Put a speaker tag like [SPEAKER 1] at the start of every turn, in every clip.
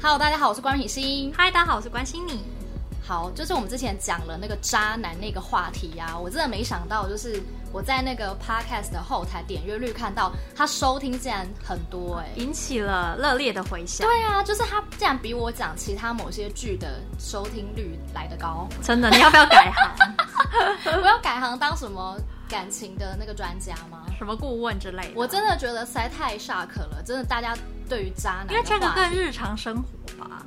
[SPEAKER 1] Hello，大家好，我是关品欣。
[SPEAKER 2] 嗨，大家好，我是关心你。
[SPEAKER 1] 好，就是我们之前讲了那个渣男那个话题呀、我真的没想到，就是我在那个 podcast 的后台点阅率看到他收听竟然很多哎、
[SPEAKER 2] 引起了热烈的回响，
[SPEAKER 1] 对啊，就是他竟然比我讲其他某些剧的收听率来得高。
[SPEAKER 2] 真的，你要不要改行？
[SPEAKER 1] 我要改行当什么感情的那个专家吗？
[SPEAKER 2] 什么顾问之类的？
[SPEAKER 1] 我真，的觉得实在太 shock 了，真的大家对于渣男的
[SPEAKER 2] 因为这个
[SPEAKER 1] 话
[SPEAKER 2] 更日常生活吧，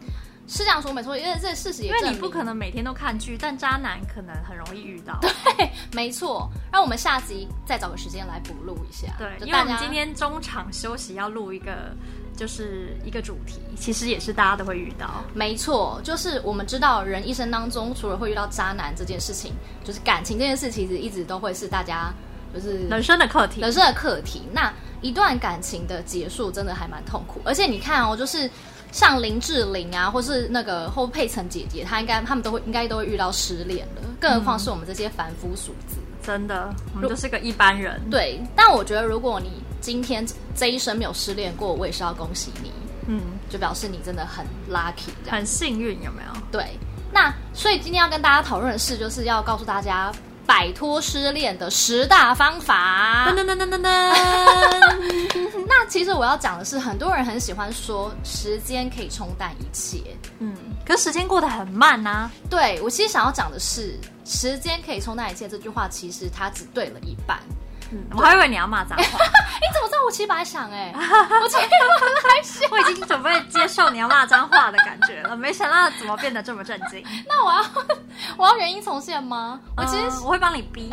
[SPEAKER 1] 是这样说没错，因为这事实也
[SPEAKER 2] 因为
[SPEAKER 1] 证
[SPEAKER 2] 你
[SPEAKER 1] 明
[SPEAKER 2] 不可能每天都看剧，但渣男可能很容易遇到。
[SPEAKER 1] 没错，那我们下集再找个时间来补录一下。
[SPEAKER 2] 对，
[SPEAKER 1] 就
[SPEAKER 2] 因为
[SPEAKER 1] 大
[SPEAKER 2] 我们
[SPEAKER 1] 家
[SPEAKER 2] 今天中场休息要录一个，就是一个主题， 其实也是大家都会遇到。
[SPEAKER 1] 没错，就是我们知道人一生当中，除了会遇到渣男这件事情，就是感情这件事，其实一直都会是大家就是
[SPEAKER 2] 人生的课题，
[SPEAKER 1] 人生的课题。那一段感情的结束真的还蛮痛苦，而且你看哦，就是像林志玲啊，或是那个后佩岑姐姐，她应该她们都会应该都会遇到失恋了，更
[SPEAKER 2] 嗯
[SPEAKER 1] 何况是我们这些凡夫俗子。
[SPEAKER 2] 真的，我们就是个一般人。
[SPEAKER 1] 对，但我觉得如果你今天这一生没有失恋过，我也是要恭喜你，
[SPEAKER 2] 嗯，
[SPEAKER 1] 就表示你真的很 lucky 这样。
[SPEAKER 2] 很幸运，有没有？
[SPEAKER 1] 对，那所以今天要跟大家讨论的事，就是要告诉大家摆脱失恋的十大方法。
[SPEAKER 2] 噔噔噔噔噔噔。
[SPEAKER 1] 那其实我要讲的是，很多人很喜欢说时间可以冲淡一切。
[SPEAKER 2] 嗯，可是时间过得很慢啊呐、
[SPEAKER 1] 对我其实想要讲的是，时间可以冲淡一切这句话，其实它只对了一半。
[SPEAKER 2] 嗯，我还以为你要骂脏话，
[SPEAKER 1] 你怎么知道我其实本来想哎、
[SPEAKER 2] 我已经准备接受你要骂脏话的感觉了，没想到怎么变得这么震惊。
[SPEAKER 1] 那我要我要原因重现吗？ 我其实、
[SPEAKER 2] 嗯我会帮你 逼，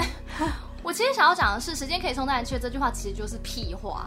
[SPEAKER 1] 我其实想要讲的是，时间可以冲淡一切这句话其实就是屁 话，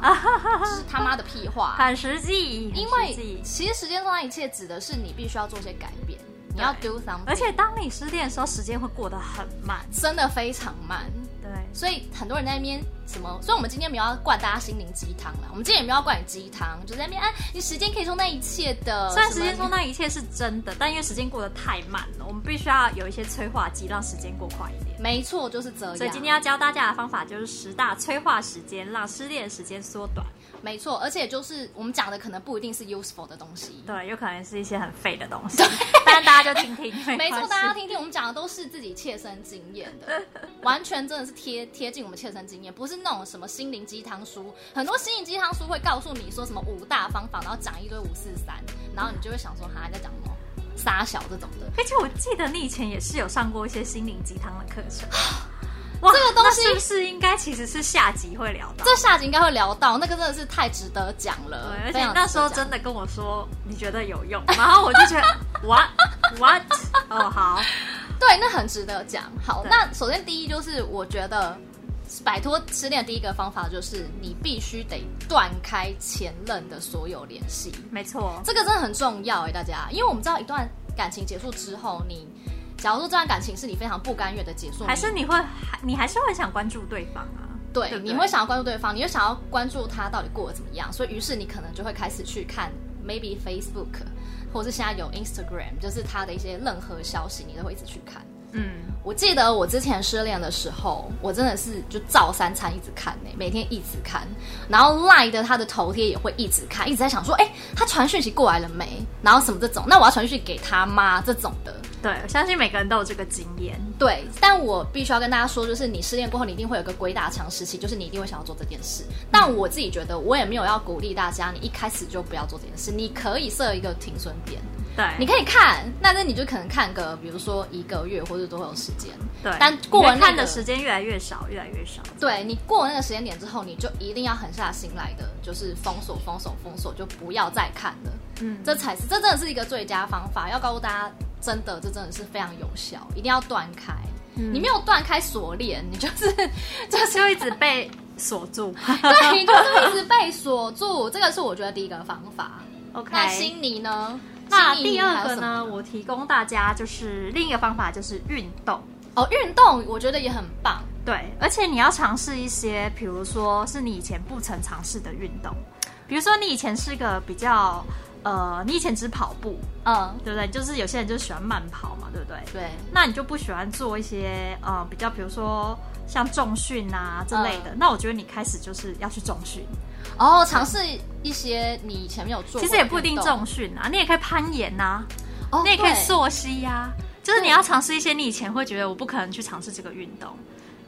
[SPEAKER 1] 就是他妈的屁话。
[SPEAKER 2] 很实际，
[SPEAKER 1] 因
[SPEAKER 2] 很实
[SPEAKER 1] 为
[SPEAKER 2] 际
[SPEAKER 1] 其实时间冲淡一切指的是你必须要做些改变，你要 do something，
[SPEAKER 2] 而且当你失恋的时候，时间会过得很慢。
[SPEAKER 1] 真的非常慢。
[SPEAKER 2] 对，
[SPEAKER 1] 所以很多人在那边什么，所以我们今天没有要灌大家心灵鸡汤啦，我们今天也没有要灌你鸡汤，就在那边哎，你时间可以冲淡一切的，
[SPEAKER 2] 虽然时间
[SPEAKER 1] 什么
[SPEAKER 2] 中那一切是真的，但因为时间过得太慢了，我们必须要有一些催化剂，让时间过快一点。
[SPEAKER 1] 没错就是这样。
[SPEAKER 2] 所以今天要教大家的方法就是十大催化时间，让失恋的时间缩 短。
[SPEAKER 1] 没错，而且就是我们讲的可能不一定是 useful 的东西。
[SPEAKER 2] 对，有可能是一些很废的东西，但大家就听听。
[SPEAKER 1] 没
[SPEAKER 2] 关
[SPEAKER 1] 错，
[SPEAKER 2] 系
[SPEAKER 1] 大家听听，我们讲的都是自己切身经验的， 完全真的是贴贴近我们切身经验，不是那种什么心灵鸡汤书。很多心灵鸡汤书会告诉你说什么五大方法，然后讲一堆五四三，然后你就会想说哈你在讲什么傻小这种的。
[SPEAKER 2] 而且我记得你以前也是有上过一些心灵鸡汤的课 程。哇，
[SPEAKER 1] 这个东西
[SPEAKER 2] 那是不是应该其实是下集会聊到？
[SPEAKER 1] 这下集应该会聊到，那个真的是太值得讲了
[SPEAKER 2] 对，。而
[SPEAKER 1] 非
[SPEAKER 2] 且
[SPEAKER 1] 常
[SPEAKER 2] 那时候
[SPEAKER 1] 值得
[SPEAKER 2] 真的跟我说你觉得有用，然后我就觉得 what what 哦好，
[SPEAKER 1] 讲对，那很值得讲。好，
[SPEAKER 2] 对
[SPEAKER 1] 那首先第一就是我觉得摆脱失恋的第一个方法就是你必须得断开前任的所有联系，
[SPEAKER 2] 没错，
[SPEAKER 1] 这个真的很重要哎、大家，因为我们知道一段感情结束之后，你假如说这段感情是你非常不甘愿的结束，
[SPEAKER 2] 还是你会还你还是会想关注对方啊？
[SPEAKER 1] 对，
[SPEAKER 2] 对不对
[SPEAKER 1] 你会想要关注对方，你会想要关注他到底过得怎么样，所以于是你可能就会开始去看 maybe Facebook，或者是现在有 Instagram，就是他的一些任何消息，你都会一直去看。
[SPEAKER 2] 嗯，
[SPEAKER 1] 我记得我之前失恋的时候，我真的是就照三餐一直看呢、每天一直看，然后赖的他的头贴也会一直看，一直在想说，哎、他传讯息过来了没？然后什么这种，那我要传讯息给他妈这种的。
[SPEAKER 2] 对，我相信每个人都有这个经验。
[SPEAKER 1] 对，但我必须要跟大家说，就是你失恋过后，你一定会有个鬼打墙时期，就是你一定会想要做这件事。但我自己觉得，我也没有要鼓励大家，你一开始就不要做这件事，你可以设一个停损点，
[SPEAKER 2] 对，
[SPEAKER 1] 你可以看，那那你就可能看个，比如说一个月或者多久时间。
[SPEAKER 2] 对，
[SPEAKER 1] 但过了
[SPEAKER 2] 你
[SPEAKER 1] 那
[SPEAKER 2] 会看
[SPEAKER 1] 个
[SPEAKER 2] 的时间越来越少，越来越少。
[SPEAKER 1] 对你过了那个时间点之后，你就一定要狠下心来的，就是封锁、封锁、封锁，就不要再看了。
[SPEAKER 2] 嗯，
[SPEAKER 1] 这才是，这真的是一个最佳方法。要告诉大家，真的，这真的是非常有效，一定要断开。
[SPEAKER 2] 嗯
[SPEAKER 1] 你没有断开锁链，你就是
[SPEAKER 2] 就一直被锁住。
[SPEAKER 1] 对，就是一直被锁住，这个是我觉得第一个方法。
[SPEAKER 2] OK，
[SPEAKER 1] 那心尼呢？
[SPEAKER 2] 那
[SPEAKER 1] 心仪
[SPEAKER 2] 第
[SPEAKER 1] 你
[SPEAKER 2] 二
[SPEAKER 1] 还有
[SPEAKER 2] 个
[SPEAKER 1] 什么
[SPEAKER 2] 呢，？我提供大家就是另一个方法，就是运动。
[SPEAKER 1] 哦，运动我觉得也很棒。
[SPEAKER 2] 对，而且你要尝试一些，比如说是你以前不曾尝试的运动，比如说你以前是个比较呃，你以前只跑步，
[SPEAKER 1] 嗯，
[SPEAKER 2] 对不对？就是有些人就喜欢慢跑嘛，对不对？
[SPEAKER 1] 对，
[SPEAKER 2] 那你就不喜欢做一些呃比较，比如说像重训啊之类的。
[SPEAKER 1] 嗯
[SPEAKER 2] 那我觉得你开始就是要去重训，
[SPEAKER 1] 哦，尝试一些你以前没有做过的
[SPEAKER 2] 其
[SPEAKER 1] 运动，
[SPEAKER 2] 实也不一定重训啊，你也可以攀岩啊呐、
[SPEAKER 1] 哦，
[SPEAKER 2] 你也可以
[SPEAKER 1] 对
[SPEAKER 2] 溯溪呀、就是
[SPEAKER 1] 对
[SPEAKER 2] 你要尝试一些你以前会觉得我不可能去尝试这个运动，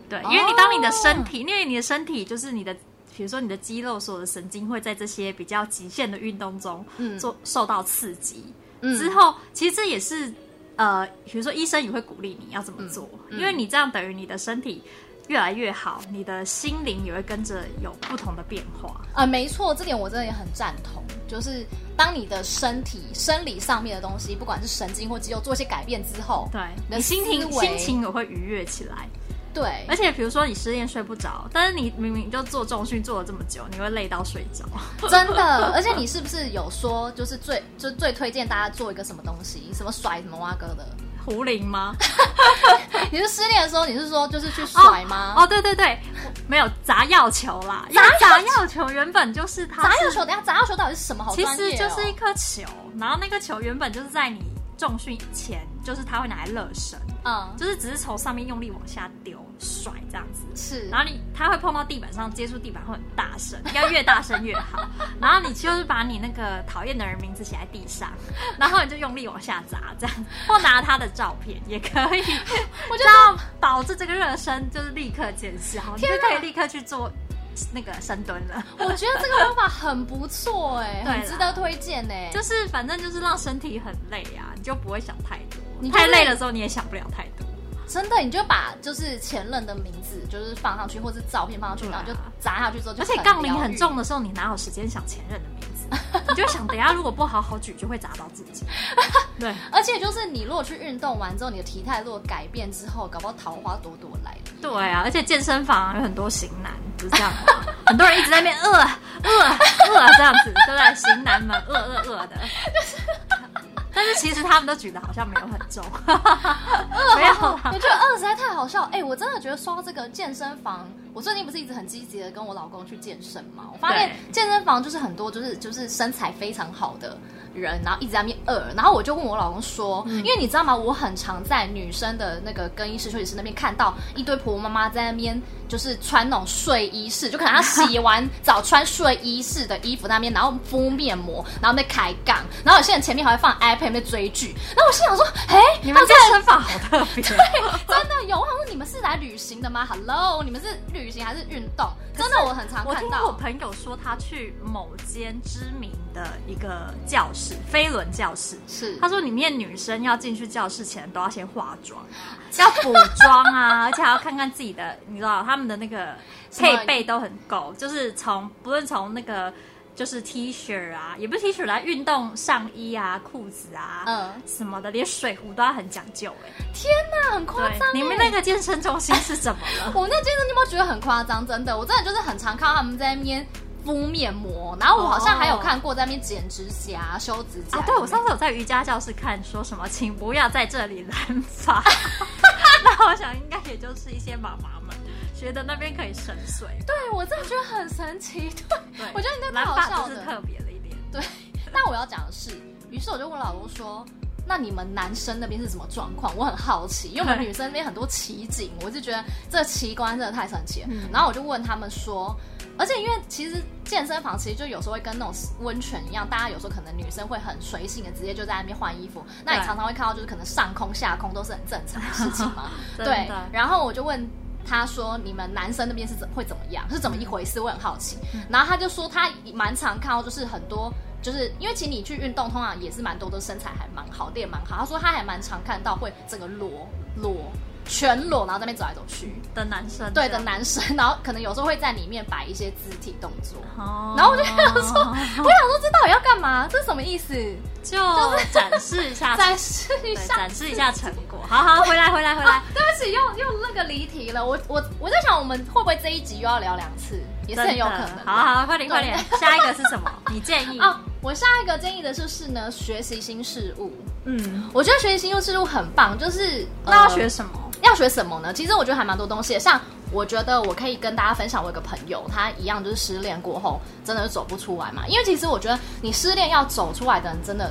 [SPEAKER 2] 对，
[SPEAKER 1] 哦
[SPEAKER 2] 因为你当你的身体，因为你的身体就是你的，比如说你的肌肉所有的神经会在这些比较极限的运动中
[SPEAKER 1] 嗯
[SPEAKER 2] 做、受到刺激，
[SPEAKER 1] 嗯
[SPEAKER 2] 之后其实这也是呃，比如说医生也会鼓励你要这么做，
[SPEAKER 1] 嗯
[SPEAKER 2] 因为你这样等于你的身体越来越好，你的心灵也会跟着有不同的变化。
[SPEAKER 1] 啊，没错，这点我真的也很赞同。就是当你的身体生理上面的东西，不管是神经或肌肉做一些改变之后，
[SPEAKER 2] 对
[SPEAKER 1] 你的
[SPEAKER 2] 你心情
[SPEAKER 1] 思维
[SPEAKER 2] 心情也会愉悦起来，
[SPEAKER 1] 对
[SPEAKER 2] 而，且比如说你失恋睡不着，但是你明明就做重训做了这么久，你会累到睡着。
[SPEAKER 1] 真的。而且你是不是有说，就是最就最推荐大家做一个什么东西，什么甩什么蛙哥的？
[SPEAKER 2] 胡林吗？
[SPEAKER 1] 你是失恋的时候，你是说就是去甩吗？
[SPEAKER 2] 哦，对对对，没有砸药球 啦，因为砸药球原本就是它
[SPEAKER 1] 砸
[SPEAKER 2] 是
[SPEAKER 1] 药球，等一下砸药球到底是什么？好
[SPEAKER 2] 其
[SPEAKER 1] 专业、
[SPEAKER 2] 实
[SPEAKER 1] 哦，
[SPEAKER 2] 就是一颗球，然后那个球原本就是在你重训以前，就是它会拿来热身，
[SPEAKER 1] 嗯，
[SPEAKER 2] 就是只是从上面用力往下丢甩这样子。
[SPEAKER 1] 是，
[SPEAKER 2] 然后你它会碰到地板上，接触地板会很大声， 要越大声越好。然后你就是把你那个讨厌的人名字写在地上， 然后你就用力往下砸，这样或拿他的照片也可以，
[SPEAKER 1] 我就
[SPEAKER 2] 这样导致这个热身就是立刻见效，你就
[SPEAKER 1] 啊
[SPEAKER 2] 可以立刻去做那个深蹲 了。
[SPEAKER 1] 我觉得这个方法很不错哎、
[SPEAKER 2] 对啦
[SPEAKER 1] 很值得推荐哎、
[SPEAKER 2] 就是反正就是让身体很累啊，你就不会想太多。
[SPEAKER 1] 你就
[SPEAKER 2] 太累
[SPEAKER 1] 累
[SPEAKER 2] 的时候你也想不了太多。
[SPEAKER 1] 真的，你就把就是前任的名字就是放上去，或是照片放上去，
[SPEAKER 2] 对
[SPEAKER 1] 然
[SPEAKER 2] 啊
[SPEAKER 1] 后就砸下去之后就
[SPEAKER 2] 而
[SPEAKER 1] 很疗愈，
[SPEAKER 2] 且杠铃很重的啊时候，你哪有时间想前任的 名字？你就想等一下如果不好好举，就会砸到自己。对，
[SPEAKER 1] 而且就是你如果去运动完之后，你的体态如果改变之后，搞不好桃花朵朵来了。
[SPEAKER 2] 对啊，而且健身房啊有很多型男，不是这样吗？很多人一直在那边饿饿饿这样子，对不对？型男们饿饿饿 的，但是其实他们都举的好像没有很 重，没有啊啦。
[SPEAKER 1] 我觉得二实在太好笑，哎、我真的觉得说到这个健身房，我最近不是一直很积极的跟我老公去健身嘛，我发现
[SPEAKER 2] 对
[SPEAKER 1] 健身房就是很多就是就是身材非常好的人，然后一直在那边饿，然后我就问我老公说，因为你知道吗，我很常在女生的那个更衣室、休息室那边看到一堆婆婆妈妈在那边就是穿那种睡衣式，就可能她洗完澡穿睡衣式的衣服在那边，然后敷面膜，然后在开杠，然后有些人前面还会放 iPad 在追剧，然后我心想说，哎、
[SPEAKER 2] 你们健身房好特别，
[SPEAKER 1] 真的有，我想说你们是来旅行的吗？Hello，你们是旅行还是运动？真的，我很常
[SPEAKER 2] 我听
[SPEAKER 1] 看
[SPEAKER 2] 我
[SPEAKER 1] 到。
[SPEAKER 2] 朋友说，他去某间知名的一个教室，飞轮教室。
[SPEAKER 1] 是
[SPEAKER 2] 他说，里面女生要进去教室前都要先化妆，要 补妆啊，而且还要看看自己的，你知道他们的那个
[SPEAKER 1] 什么
[SPEAKER 2] 配备都很够，就是从不论从那个就是 T 恤啊，也不是 T 恤啦，运动上衣啊、裤子啊，
[SPEAKER 1] 嗯
[SPEAKER 2] 什么的，连水壶都要很讲究哎、
[SPEAKER 1] 天哪，很夸张
[SPEAKER 2] 对，
[SPEAKER 1] 欸。
[SPEAKER 2] 你们那个健身中心是怎么 了？
[SPEAKER 1] 我那健身，你有没有觉得很夸张？真的，我真的就是很常看到他们在那边敷面膜，然后我好像还有看过在那边剪指甲、修指甲。
[SPEAKER 2] 啊，对，我上次有在瑜伽教室看，说什么请不要在这里染 发。那我想应该也就是一些妈妈们觉得那边可以省水。
[SPEAKER 1] 对我真的觉得很神奇。对，
[SPEAKER 2] 对，
[SPEAKER 1] 我觉得你那太
[SPEAKER 2] 染
[SPEAKER 1] 好
[SPEAKER 2] 发
[SPEAKER 1] 笑
[SPEAKER 2] 就是
[SPEAKER 1] 了。
[SPEAKER 2] 特别了一点。
[SPEAKER 1] 对， 但我要讲的是，于是我就问老公说。那你们男生那边是什么状况？我很好奇，因为我们
[SPEAKER 2] 对
[SPEAKER 1] 女生那边很多奇景，我就觉得这奇观真的太神奇了。
[SPEAKER 2] 嗯
[SPEAKER 1] 然后我就问他们说，而且因为其实健身房其实就有时候会跟那种温泉一样，大家有时候可能女生会很随性的直接就在那边换衣服，那你
[SPEAKER 2] 对
[SPEAKER 1] 常常会看到就是可能上空下空都是很正常的事情嘛。
[SPEAKER 2] 真
[SPEAKER 1] 对
[SPEAKER 2] 的，
[SPEAKER 1] 然后我就问他说：“你们男生那边是怎会怎么样？是怎么一回事？”我很好奇。
[SPEAKER 2] 嗯
[SPEAKER 1] 然后他就说他蛮常看到，就是很多，就是因为其实你去运动，通常也是蛮多都身材还蛮好的，也蛮好。他说他还蛮常看到会整个裸裸全裸，然后在那边走来走去，
[SPEAKER 2] 的男生，
[SPEAKER 1] 对的。男生，然后可能有时候会在里面摆一些肢体动作。
[SPEAKER 2] 哦
[SPEAKER 1] 然后我就想 说，我
[SPEAKER 2] 嗯
[SPEAKER 1] 想说这到底要干嘛？这是什么意思？
[SPEAKER 2] 就展示一下，
[SPEAKER 1] 展示一
[SPEAKER 2] 啊 对
[SPEAKER 1] 下
[SPEAKER 2] 展示一下成果。好好，回来，回来，回来。
[SPEAKER 1] 啊对不起，又又那个离题了。我我我在想，我们会不会这一集又要聊两次， 也是很有可能
[SPEAKER 2] 真
[SPEAKER 1] 的
[SPEAKER 2] 的。好好，快点，快点。下一个是什么？你建议？
[SPEAKER 1] 哦，我下一个建议的就是呢，学习新事物。
[SPEAKER 2] 嗯，
[SPEAKER 1] 我觉得学习新事物很棒，就是
[SPEAKER 2] 那要
[SPEAKER 1] 呃
[SPEAKER 2] 学什么？
[SPEAKER 1] 要学什么呢？其实我觉得还蛮多东西的，像我觉得我可以跟大家分享，我有个朋友，他一样就是失恋过后，真的是走不出来嘛。因为其实我觉得你失恋要走出来的人真的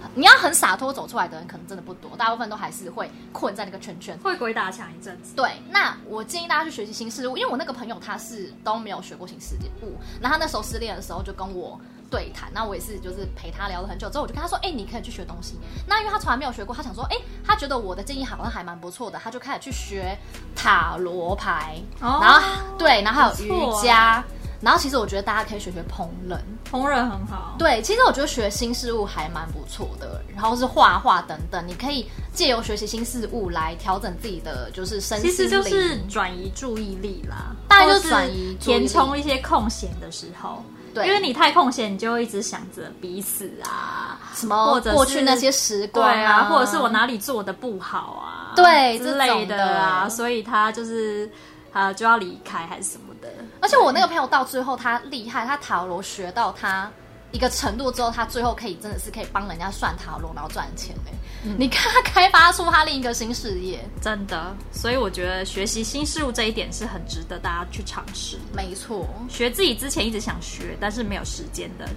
[SPEAKER 1] 很你要很洒脱走出来的人，可能真的不多，大部分都还是会困在那个圈圈。
[SPEAKER 2] 会鬼打墙一阵子。
[SPEAKER 1] 对，那我建议大家去学习新事物，因为我那个朋友他是都没有学过新事物，然后他那时候失恋的时候就跟我对谈，那我也是就是陪他聊了很久之后，我就跟他说，哎、你可以去学东西。那因为他从来没有学过，他想说，哎、他觉得我的建议好像还蛮不错的，他就开始去学塔罗牌，
[SPEAKER 2] 哦
[SPEAKER 1] 然后对，然后还有
[SPEAKER 2] 不错
[SPEAKER 1] 瑜
[SPEAKER 2] 啊
[SPEAKER 1] 伽，然后其实我觉得大家可以学学烹饪。
[SPEAKER 2] 烹饪很好。
[SPEAKER 1] 对，其实我觉得学新事物还蛮不错的，然后是画画等等，你可以借由学习新事物来调整自己的就是身心
[SPEAKER 2] 其实就是
[SPEAKER 1] 灵
[SPEAKER 2] 转移注意力啦，
[SPEAKER 1] 大概就
[SPEAKER 2] 或
[SPEAKER 1] 是转移注意力
[SPEAKER 2] 填充一些空闲的时候。
[SPEAKER 1] 对
[SPEAKER 2] 因为你太空闲，你就会一直想着彼此啊，
[SPEAKER 1] 什么
[SPEAKER 2] 或者是
[SPEAKER 1] 过去那些时
[SPEAKER 2] 对
[SPEAKER 1] 光
[SPEAKER 2] 啊，或者是我哪里做的不好啊，
[SPEAKER 1] 对
[SPEAKER 2] 之类
[SPEAKER 1] 这种
[SPEAKER 2] 的
[SPEAKER 1] 的
[SPEAKER 2] 啊，所以他就是啊就要离开还是什么的。
[SPEAKER 1] 而且我那个朋友到最后他厉害，他塔罗学到他一个程度之后，他最后可以真的是可以帮人家算塔罗，然后赚钱呢、
[SPEAKER 2] 嗯
[SPEAKER 1] 你看他开发出他另一个新事业，
[SPEAKER 2] 真的，所以我觉得学习新事物这一点是很值得大家去尝试。
[SPEAKER 1] 没错，
[SPEAKER 2] 学自己之前一直想学，但是没有时间的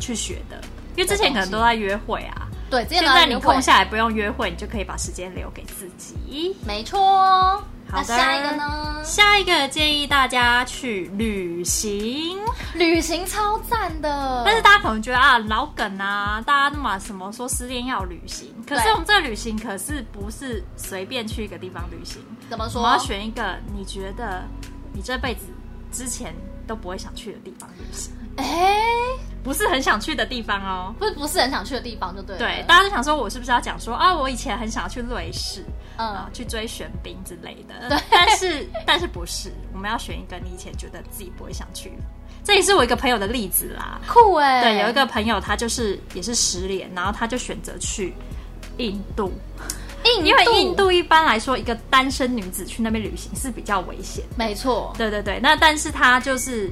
[SPEAKER 2] 去学的，因为之前
[SPEAKER 1] 的东西
[SPEAKER 2] 可能都在约会啊。
[SPEAKER 1] 对，之前
[SPEAKER 2] 现
[SPEAKER 1] 拿
[SPEAKER 2] 在
[SPEAKER 1] 了
[SPEAKER 2] 你
[SPEAKER 1] 约会
[SPEAKER 2] 空下来不用约会，你就可以把时间留给自己。
[SPEAKER 1] 没错。
[SPEAKER 2] 好
[SPEAKER 1] 那
[SPEAKER 2] 的
[SPEAKER 1] 下一个呢？
[SPEAKER 2] 下一个建议大家去旅行，
[SPEAKER 1] 旅行超赞的，
[SPEAKER 2] 但是大家可能觉得啊老梗啊，大家那么什么说失恋要旅行，可是
[SPEAKER 1] 对
[SPEAKER 2] 我们这旅行可是不是随便去一个地方旅行，
[SPEAKER 1] 怎么
[SPEAKER 2] 我
[SPEAKER 1] 说？
[SPEAKER 2] 们要选一个你觉得你这辈子之前都不会想去的地方旅行，
[SPEAKER 1] 哎、
[SPEAKER 2] 不是很想去的地方哦。
[SPEAKER 1] 不是不是很想去的地方就对了。
[SPEAKER 2] 对，大家就想说，我是不是要讲说啊，我以前很想要去瑞士，啊
[SPEAKER 1] 嗯，，
[SPEAKER 2] 去追玄彬之类的。对，但是但是不是，我们要选一个你以前觉得自己不会想去。这也是我一个朋友的例子啦。
[SPEAKER 1] 酷哎、
[SPEAKER 2] 对，有一个朋友他就是也是失联，然后他就选择去印度，
[SPEAKER 1] 印度，
[SPEAKER 2] 因为印度一般来说一个单身女子去那边旅行是比较危险。
[SPEAKER 1] 没错，
[SPEAKER 2] 对对对，那但是他就是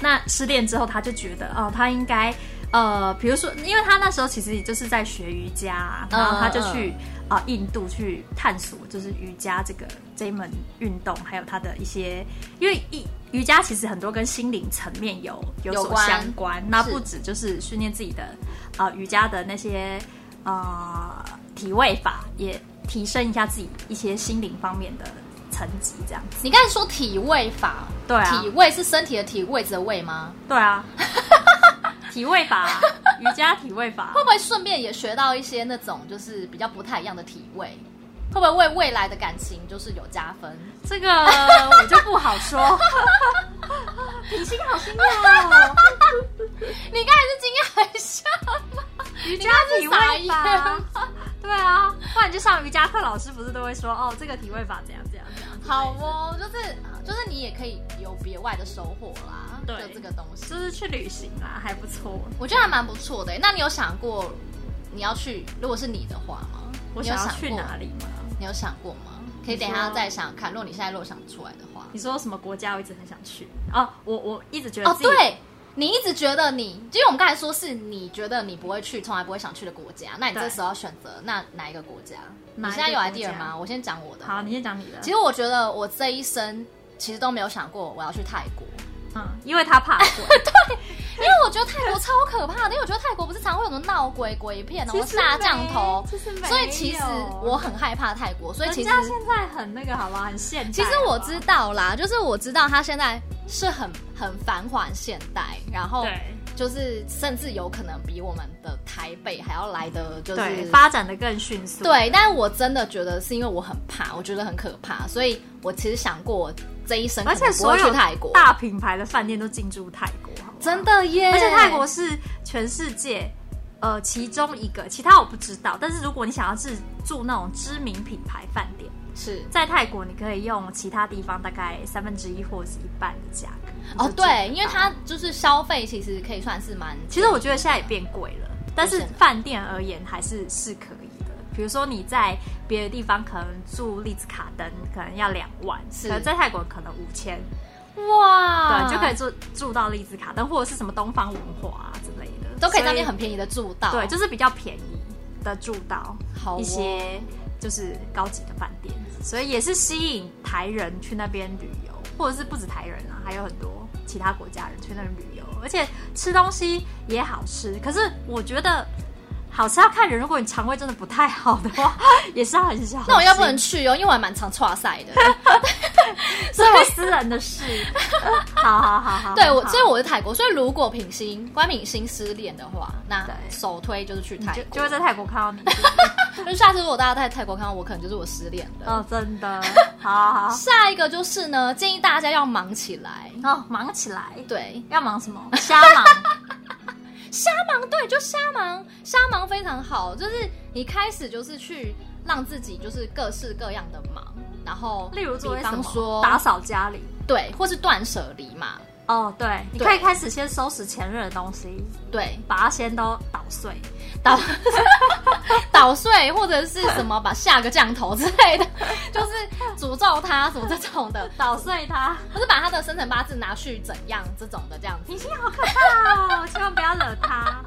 [SPEAKER 2] 那失恋之后，他就觉得哦，他应该呃，比如说，因为他那时候其实就是在学瑜伽啊、
[SPEAKER 1] 嗯
[SPEAKER 2] 然后他就去啊、呃印度去探索，就是瑜伽这个这一门运动，还有他的一些，因为一。瑜伽其实很多跟心灵层面有有
[SPEAKER 1] 有
[SPEAKER 2] 所
[SPEAKER 1] 关
[SPEAKER 2] 相关，那
[SPEAKER 1] 是
[SPEAKER 2] 不止就是训练自己的啊、呃瑜伽的那些啊、呃体位法，也提升一下自己一些心灵方面的层级，这样子。
[SPEAKER 1] 你刚才说体位法，
[SPEAKER 2] 对啊
[SPEAKER 1] 体位是身体的体，位置的位吗？
[SPEAKER 2] 对啊，体位法，瑜伽体位法
[SPEAKER 1] 会，不会顺便也学到一些那种就是比较不太一样的体位？会不会为未来的感情就是有加分？
[SPEAKER 2] 这个我就不好 说。品性好新
[SPEAKER 1] 啊
[SPEAKER 2] 哦，
[SPEAKER 1] 你刚才是惊讶一下吗？
[SPEAKER 2] 瑜
[SPEAKER 1] 你
[SPEAKER 2] 伽
[SPEAKER 1] 刚才
[SPEAKER 2] 体
[SPEAKER 1] 是傻
[SPEAKER 2] 位
[SPEAKER 1] 眼
[SPEAKER 2] 法
[SPEAKER 1] 吗。？
[SPEAKER 2] 对啊，不然就上瑜伽课，老师不是都会说哦，这个体位法怎样怎样怎样。
[SPEAKER 1] 好哦，就是就是你也可以有别外的收获啦，
[SPEAKER 2] 对
[SPEAKER 1] 就这个东西，
[SPEAKER 2] 就是去旅行啦，还不错。
[SPEAKER 1] 我觉得还蛮不错的欸。那你有想过你要去？如果是你的话吗？
[SPEAKER 2] 我
[SPEAKER 1] 你有
[SPEAKER 2] 想
[SPEAKER 1] 想
[SPEAKER 2] 要去
[SPEAKER 1] 过
[SPEAKER 2] 哪里吗？
[SPEAKER 1] 你有想过吗？可以等一
[SPEAKER 2] 你
[SPEAKER 1] 下
[SPEAKER 2] 说
[SPEAKER 1] 再想想看，如果你现在如果想不出来的话，
[SPEAKER 2] 你说什么国家？我一直很想去哦，我我一直觉得
[SPEAKER 1] 哦
[SPEAKER 2] 自，己
[SPEAKER 1] 对。你一直觉得你，因为我们刚才说是你觉得你不会去，从来不会想去的国家，那你这
[SPEAKER 2] 对
[SPEAKER 1] 时候要选择那哪一个国家？你
[SPEAKER 2] 哪一
[SPEAKER 1] 现在
[SPEAKER 2] 个
[SPEAKER 1] 有
[SPEAKER 2] 国
[SPEAKER 1] idea
[SPEAKER 2] 家
[SPEAKER 1] 吗？我先讲我的。
[SPEAKER 2] 好，你先讲你的。
[SPEAKER 1] 其实我觉得我这一生其实都没有想过我要去泰国，
[SPEAKER 2] 嗯，因为他怕 鬼。
[SPEAKER 1] 因为我觉得泰国超可怕的，因为我觉得泰国不是常会有那种闹鬼鬼片，然后
[SPEAKER 2] 其实
[SPEAKER 1] 下降头
[SPEAKER 2] 没其实，没
[SPEAKER 1] 所以其实
[SPEAKER 2] 有
[SPEAKER 1] 我很害怕泰国，所以其
[SPEAKER 2] 人
[SPEAKER 1] 实
[SPEAKER 2] 家现在很那个，好不好？很现代。
[SPEAKER 1] 其实
[SPEAKER 2] 好
[SPEAKER 1] 我
[SPEAKER 2] 不好
[SPEAKER 1] 知道啦，就是我知道它现在是很很繁华现代，然后
[SPEAKER 2] 对
[SPEAKER 1] 就是甚至有可能比我们的台北还要来的就是
[SPEAKER 2] 对发展的更迅速。，
[SPEAKER 1] 对，但我真的觉得是因为我很怕，我觉得很可怕，所以我其实想过我这一生
[SPEAKER 2] 而
[SPEAKER 1] 可
[SPEAKER 2] 且
[SPEAKER 1] 能不
[SPEAKER 2] 所
[SPEAKER 1] 会
[SPEAKER 2] 有
[SPEAKER 1] 去泰国，
[SPEAKER 2] 大品牌的饭店都进驻泰国，好不好
[SPEAKER 1] 真。的耶，
[SPEAKER 2] 而且泰国是全世界呃其中一个，其他我不知道。但是如果你想要自住那种知名品牌饭店，
[SPEAKER 1] 是
[SPEAKER 2] 在泰国你可以用其他地方大概三分之一或是一半的价格。你就
[SPEAKER 1] 哦
[SPEAKER 2] 住得
[SPEAKER 1] 对，因为
[SPEAKER 2] 到
[SPEAKER 1] 它就是消费其实可以算是蛮，
[SPEAKER 2] 其实我觉得现在也变贵了，但是饭店而言还是是可以的。比如说你在别的地方可能住丽兹卡登，可能要两万，
[SPEAKER 1] 是
[SPEAKER 2] 可能在泰国可能五千，
[SPEAKER 1] 哇
[SPEAKER 2] 对，就可以住住到丽兹卡登或者是什么东方文化啊之类的，
[SPEAKER 1] 都可以在那
[SPEAKER 2] 所
[SPEAKER 1] 边很便宜的住到，
[SPEAKER 2] 对，就是比较便宜的住到
[SPEAKER 1] 好哦
[SPEAKER 2] 一些就是高级的饭店，所以也是吸引台人去那边旅游，或者是不止台人啊，还有很多其他国家人去那边旅游，而且吃东西也好吃。可是我觉得好吃要看人，如果你肠胃真的不太好的话， 也是要很小心。
[SPEAKER 1] 那我要不能去哦，因为我还蛮常跨赛 的。
[SPEAKER 2] 这是我私人 的事。好好好好，
[SPEAKER 1] 对，我
[SPEAKER 2] 好
[SPEAKER 1] 所以我是泰国，所以如果品心关品心失恋的话，那
[SPEAKER 2] 对
[SPEAKER 1] 首推就是去泰
[SPEAKER 2] 就
[SPEAKER 1] 国。
[SPEAKER 2] 就会在泰国看到你。
[SPEAKER 1] 就下次如果大家在泰国看到我，可能就是我失恋了。
[SPEAKER 2] 哦，真 的，好好好
[SPEAKER 1] 下一个就是呢，建议大家要忙起来。
[SPEAKER 2] 哦，忙起来。
[SPEAKER 1] 对，
[SPEAKER 2] 要忙什么？ 瞎忙。
[SPEAKER 1] 瞎忙，对，就瞎忙，瞎忙非常好。就是你开始就是去让自己就是各式各样的忙，然后
[SPEAKER 2] 例如做
[SPEAKER 1] 比
[SPEAKER 2] 些什
[SPEAKER 1] 方
[SPEAKER 2] 么
[SPEAKER 1] 说
[SPEAKER 2] 打扫家里。
[SPEAKER 1] 对，或是断舍离嘛，
[SPEAKER 2] 哦，对，你
[SPEAKER 1] 对
[SPEAKER 2] 可以开始先收拾前任的东西，
[SPEAKER 1] 对，
[SPEAKER 2] 把它先都捣碎。
[SPEAKER 1] 捣 捣碎或者是什么把下个降头之类的，就是诅咒他什么这种的，
[SPEAKER 2] 捣碎它，
[SPEAKER 1] 不是把他的生辰八字拿去怎样这种的这样子
[SPEAKER 2] 你，心好可 怕哦！千万不要惹它。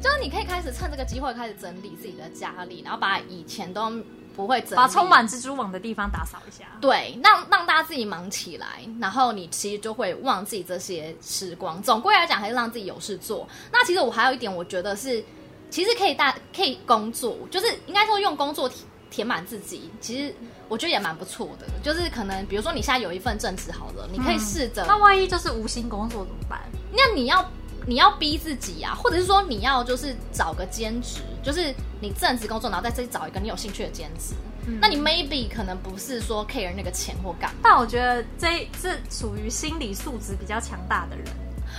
[SPEAKER 1] 就是你可以开始趁这个机会开始整理自己的家里，然后把以前都不会整理，
[SPEAKER 2] 把充满蜘蛛网的地方打扫一下。
[SPEAKER 1] 对，让让大家自己忙起来，然后你其实就会忘记这些时光。总归来啊讲，还是让自己有事做。那其实我还有一点，我觉得是，其实可以大可以工作，就是应该说用工作填填满自己。其实我觉得也蛮不错的，就是可能比如说你现在有一份正职好了，你可
[SPEAKER 2] 嗯
[SPEAKER 1] 以试着，
[SPEAKER 2] 那万一就是无心工作怎么办？
[SPEAKER 1] 那你要你要逼自己啊，或者是说你要就是找个兼职，就是你正职工作，然后在这里找一个你有兴趣的兼职。
[SPEAKER 2] 嗯
[SPEAKER 1] 那你 maybe 可能不是说 care 那个钱或干嘛。
[SPEAKER 2] 但我觉得这这属于心理素质比较强大的人，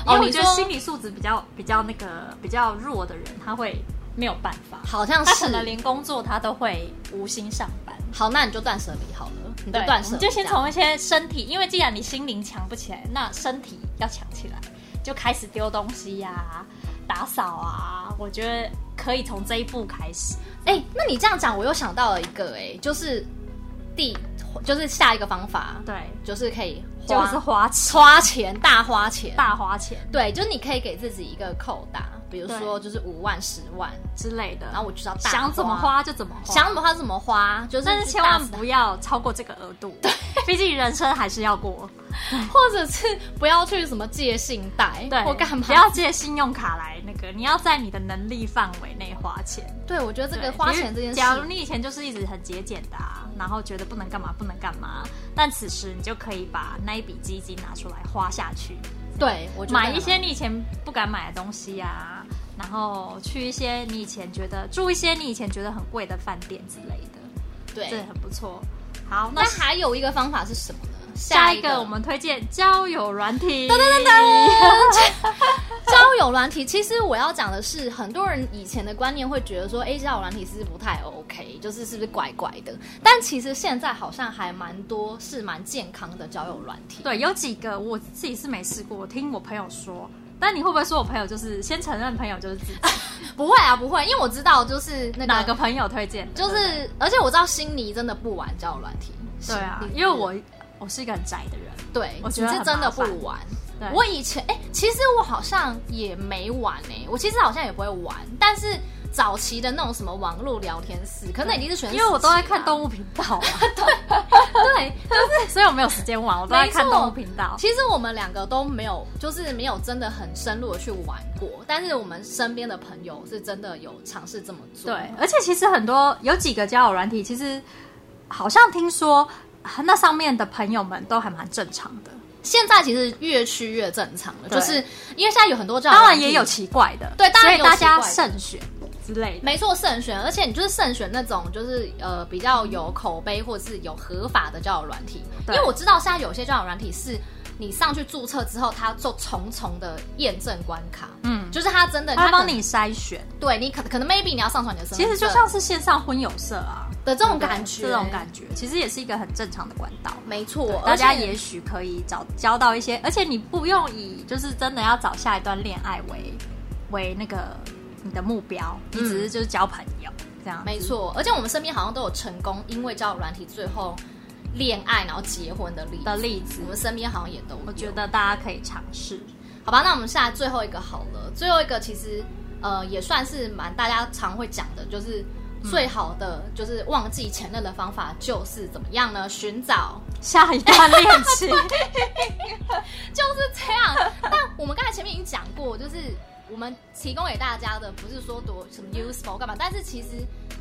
[SPEAKER 1] 哦
[SPEAKER 2] 因为我
[SPEAKER 1] 你
[SPEAKER 2] 觉得
[SPEAKER 1] 说
[SPEAKER 2] 心理素质比较比较那个比较弱的人，他会没有办法，
[SPEAKER 1] 好像
[SPEAKER 2] 他
[SPEAKER 1] 是
[SPEAKER 2] 可能连工作他都会无心上班。
[SPEAKER 1] 好，那你就断舍离好了，你就
[SPEAKER 2] 对，
[SPEAKER 1] 断
[SPEAKER 2] 我
[SPEAKER 1] 舍
[SPEAKER 2] 们
[SPEAKER 1] 离，
[SPEAKER 2] 就先从一些身体，因为既然你心灵强不起来，那身体要强起来，就开始丢东西呀、打扫啊。我觉得可以从这一步开始。
[SPEAKER 1] 哎、那你这样讲，我又想到了一个、哎，就是第，就是下一个方法，
[SPEAKER 2] 对，
[SPEAKER 1] 就是可以
[SPEAKER 2] 就
[SPEAKER 1] 花、
[SPEAKER 2] 是花钱，
[SPEAKER 1] 花钱，大花钱，
[SPEAKER 2] 大花钱
[SPEAKER 1] 对，就是你可以给自己一个扣打，比如说就是五万、十万，
[SPEAKER 2] 之类的，
[SPEAKER 1] 然后我就要大
[SPEAKER 2] 想怎么
[SPEAKER 1] 花，
[SPEAKER 2] 花就怎么花，
[SPEAKER 1] 想怎么花怎么花，就是
[SPEAKER 2] 但是千
[SPEAKER 1] 大
[SPEAKER 2] 万不要超过这个额度，对，毕竟人生还是要 过，
[SPEAKER 1] 或者是不要去什么借信贷，
[SPEAKER 2] 对，
[SPEAKER 1] 或干嘛
[SPEAKER 2] 不，要借信用卡来那个，你要在你的能力范围内花钱。
[SPEAKER 1] 对我觉得这个
[SPEAKER 2] 对
[SPEAKER 1] 花
[SPEAKER 2] 因为
[SPEAKER 1] 钱这件事，
[SPEAKER 2] 假如你以前就是一直很节俭的、啊，然后觉得不能干嘛不能干嘛，但此时你就可以把那一笔基金拿出来花下去，
[SPEAKER 1] 对我觉得
[SPEAKER 2] 买一
[SPEAKER 1] 很
[SPEAKER 2] 些你以前不敢买的东西啊，然后去一些你以前觉得住一些你以前觉得很贵的饭店之类的，
[SPEAKER 1] 对
[SPEAKER 2] 这。很不错。好，那
[SPEAKER 1] 那还有一个方法是什么呢？
[SPEAKER 2] 下
[SPEAKER 1] 一
[SPEAKER 2] 一 个我们推荐交友软体。噔噔噔
[SPEAKER 1] 交友软体，其实我要讲的是，很多人以前的观念会觉得说，哎、交友软体是不是不太 OK，就是是不是怪怪的？但其实现在好像还蛮多是蛮健康的交友软体。
[SPEAKER 2] 对，有几个我自己是没试过，我听我朋友说。但你会不会说我朋友就是先承认朋友就是自己？
[SPEAKER 1] 不会啊，不会，因为我知道就是那个
[SPEAKER 2] 哪个朋友推荐的？
[SPEAKER 1] 就
[SPEAKER 2] 对
[SPEAKER 1] 是，而且我知道心妮真的不玩交友软体。
[SPEAKER 2] 对啊
[SPEAKER 1] 心，妮
[SPEAKER 2] 因为我我是一个很宅的人，
[SPEAKER 1] 对，
[SPEAKER 2] 我觉得
[SPEAKER 1] 你是
[SPEAKER 2] 很
[SPEAKER 1] 真的
[SPEAKER 2] 麻
[SPEAKER 1] 不
[SPEAKER 2] 烦
[SPEAKER 1] 玩。
[SPEAKER 2] 对
[SPEAKER 1] 我以前哎、其实我好像也没玩哎、我其实好像也不会玩，但是早期的那种什么网络聊天室，可能已经是全、
[SPEAKER 2] 因为我都在看
[SPEAKER 1] 物。
[SPEAKER 2] 动物频道 啊，
[SPEAKER 1] 啊对，
[SPEAKER 2] 所以我没有时间玩，我都在看
[SPEAKER 1] 没错
[SPEAKER 2] 动物频道。
[SPEAKER 1] 其实我们两个都没有，就是没有真的很深入的去玩过，但是我们身边的朋友是真的有尝试这么做。
[SPEAKER 2] 对，而且其实很多有几个交友软体，其实好像听说啊那上面的朋友们都还蛮正常的，
[SPEAKER 1] 现在其实越趋越正常了，
[SPEAKER 2] 对
[SPEAKER 1] 就是因为现在有很多交友
[SPEAKER 2] 当
[SPEAKER 1] 软
[SPEAKER 2] 然
[SPEAKER 1] 体
[SPEAKER 2] 也有奇怪的，
[SPEAKER 1] 对当然
[SPEAKER 2] 所以
[SPEAKER 1] 也有
[SPEAKER 2] 大家
[SPEAKER 1] 奇怪
[SPEAKER 2] 慎选之类的。
[SPEAKER 1] 没错慎选，而且你就是慎选那种就是呃比较有口碑或是有合法的交友软体，因
[SPEAKER 2] 对
[SPEAKER 1] 为我知道现在有些交友软体是你上去注册之后，它做重重的验证关卡，
[SPEAKER 2] 嗯，
[SPEAKER 1] 就是它真的
[SPEAKER 2] 他会
[SPEAKER 1] 它
[SPEAKER 2] 帮
[SPEAKER 1] 可能
[SPEAKER 2] 你筛选，
[SPEAKER 1] 对你可可能 maybe 你要上传你的身
[SPEAKER 2] 其
[SPEAKER 1] 份
[SPEAKER 2] 实就
[SPEAKER 1] 证
[SPEAKER 2] 像是线上婚友社啊
[SPEAKER 1] 的这种感觉，
[SPEAKER 2] 这种感觉其实也是一个很正常的管道。
[SPEAKER 1] 没错，
[SPEAKER 2] 大家
[SPEAKER 1] 而且
[SPEAKER 2] 也许可以找交到一些，而且你不用以就是真的要找下一段恋爱为为那个你的目标，你只是就是交朋友、这样。
[SPEAKER 1] 没，错，而且我们身边好像都有成功因为交友软体最后恋爱然后结婚的例子
[SPEAKER 2] 的例子
[SPEAKER 1] 我们身边好像也都有
[SPEAKER 2] 我觉得大家可以尝试。
[SPEAKER 1] 好吧，那我们下来最后一个好了，最后一个其实呃也算是蛮大家常会讲的，就是最好的
[SPEAKER 2] 嗯
[SPEAKER 1] 就是忘记前任的方法就是怎么样呢？寻找
[SPEAKER 2] 下一段恋 情，
[SPEAKER 1] 就是这样。但我们刚才前面已经讲过，就是我们提供给大家的不是说多什么 useful 干嘛，但是其实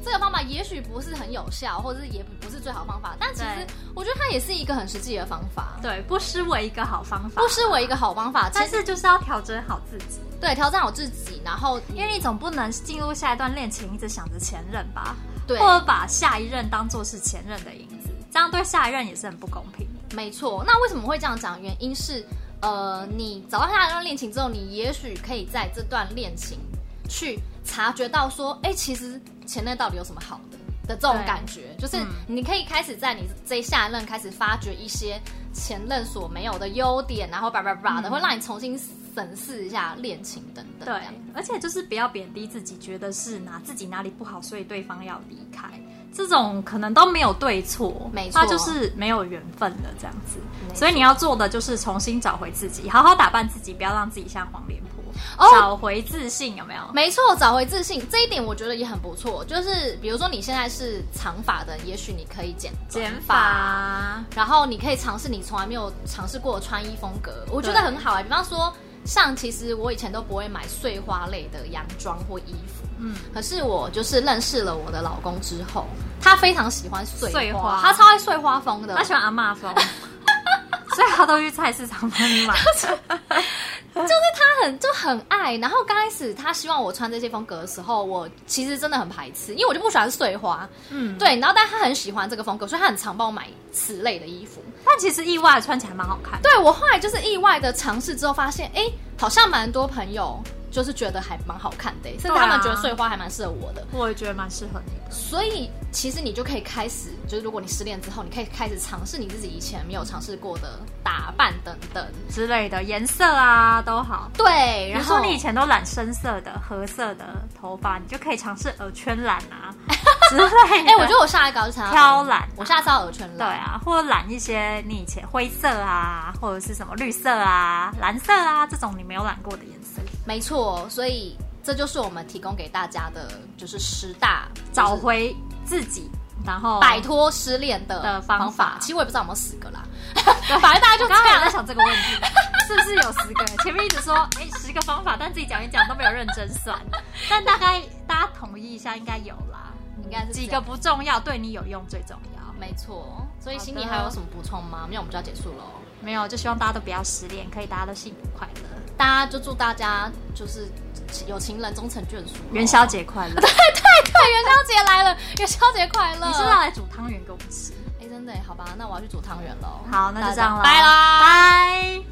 [SPEAKER 1] 这个方法也许不是很有效，或者是也不是最好的方法，但其实
[SPEAKER 2] 对
[SPEAKER 1] 我觉得它也是一个很实际的方法，
[SPEAKER 2] 对，不失为一个好方法
[SPEAKER 1] 不。失为一个好方法。
[SPEAKER 2] 但
[SPEAKER 1] 其实
[SPEAKER 2] 是就是要调整好自己，
[SPEAKER 1] 对调整好自己，然后
[SPEAKER 2] 因为你总不能进入下一段恋情一直想着前任吧，
[SPEAKER 1] 对，
[SPEAKER 2] 或者把下一任当做是前任的影子，这样对下一任也是很不公平。
[SPEAKER 1] 没错。那为什么会这样讲？原因是呃，你找到下一段恋情之后，你也许可以在这段恋情去察觉到说，哎、其实前任到底有什么好的的这种
[SPEAKER 2] 对
[SPEAKER 1] 感觉，就是
[SPEAKER 2] 嗯
[SPEAKER 1] 你可以开始在你这下一任开始发掘一些前任所没有的优点，啊然后叭叭叭的，
[SPEAKER 2] 嗯
[SPEAKER 1] 会让你重新审视一下恋情等等。
[SPEAKER 2] 对
[SPEAKER 1] 这样，
[SPEAKER 2] 而且就是不要贬低自己，觉得是哪自己哪里不好，所以对方要离开，这种可能都没有对错，
[SPEAKER 1] 没错
[SPEAKER 2] 他就是没有缘分了这样子
[SPEAKER 1] 没。错
[SPEAKER 2] 所以你要做的就是重新找回自己，好好打扮自己，不要让自己像黄脸婆，
[SPEAKER 1] 哦
[SPEAKER 2] 找回自信，有没有？
[SPEAKER 1] 没错，找回自信这一点我觉得也很不错。就是比如说你现在是长发的，也许你可以剪
[SPEAKER 2] 减
[SPEAKER 1] 发
[SPEAKER 2] 法，
[SPEAKER 1] 然后你可以尝试你从来没有尝试过的穿衣风格，我觉得
[SPEAKER 2] 对
[SPEAKER 1] 很好啊、比方说，像其实我以前都不会买碎花类的洋装或衣服，
[SPEAKER 2] 嗯，
[SPEAKER 1] 可是我就是认识了我的老公之后，他非常喜欢碎花，
[SPEAKER 2] 碎花
[SPEAKER 1] 他超爱碎花风的
[SPEAKER 2] 他。喜欢阿嬷 风，所以他都去菜市场帮你买。
[SPEAKER 1] 他很就很爱，然后刚开始他希望我穿这些风格的时候，我其实真的很排斥，因为我就不喜欢碎花，
[SPEAKER 2] 嗯，对。
[SPEAKER 1] 对。然后但他很喜欢这个风格，所以他很常帮我买此类的衣服。
[SPEAKER 2] 但其实意外穿起来蛮好看的。
[SPEAKER 1] 对我后来就是意外的尝试之后，发现哎，诶好像蛮多朋友就是觉得还蛮好看的、甚至他们觉得碎花还蛮适合我的。
[SPEAKER 2] 我也觉得蛮适合你的。
[SPEAKER 1] 所以其实你就可以开始，就是如果你失恋之后，你可以开始尝试你自己以前没有尝试过的打扮等等。
[SPEAKER 2] 之类的颜色啊都好。
[SPEAKER 1] 对，
[SPEAKER 2] 比
[SPEAKER 1] 然
[SPEAKER 2] 如
[SPEAKER 1] 后
[SPEAKER 2] 说你以前都染深色的、褐色的头发，你就可以尝试耳圈染 啊之类的。
[SPEAKER 1] 哎，我觉得我下一个要想要
[SPEAKER 2] 挑染啊
[SPEAKER 1] 我下次要耳圈
[SPEAKER 2] 对
[SPEAKER 1] 染。
[SPEAKER 2] 啊，或者染一些你以前灰色啊，或者是什么绿色啊、蓝色啊这种你没有染过的颜色，
[SPEAKER 1] 没错，所以这就是我们提供给大家的，就是十大
[SPEAKER 2] 找回自己，然后
[SPEAKER 1] 摆。脱失恋的
[SPEAKER 2] 的方法
[SPEAKER 1] 其实我也不知道有没有十个啦， 反正大家就
[SPEAKER 2] 我
[SPEAKER 1] 这
[SPEAKER 2] 刚刚有
[SPEAKER 1] 样
[SPEAKER 2] 在。想这个问题， 是不是有十个？前面一直说哎、十个方法，但自己讲一讲都没有认真 算，但大概大家统一一下应该有啦，
[SPEAKER 1] 应该是这
[SPEAKER 2] 几
[SPEAKER 1] 样
[SPEAKER 2] 个不重要，对你有用最重要。
[SPEAKER 1] 没错，所以
[SPEAKER 2] 好的
[SPEAKER 1] 心里还有什么补充吗？没有，我们就要结束喽。
[SPEAKER 2] 没有，就希望大家都不要失恋，可以大家都幸福快乐，
[SPEAKER 1] 大家就祝大家就是有情人终成眷属。
[SPEAKER 2] 元宵，节快乐！
[SPEAKER 1] 对，元宵节来了，元宵节快乐！
[SPEAKER 2] 你是不是啊要来煮汤圆给我们吃？
[SPEAKER 1] 哎，真的耶好吧，那我要去煮汤圆喽。
[SPEAKER 2] 好那就这样
[SPEAKER 1] 大家
[SPEAKER 2] 咯
[SPEAKER 1] 拜啦，
[SPEAKER 2] 拜。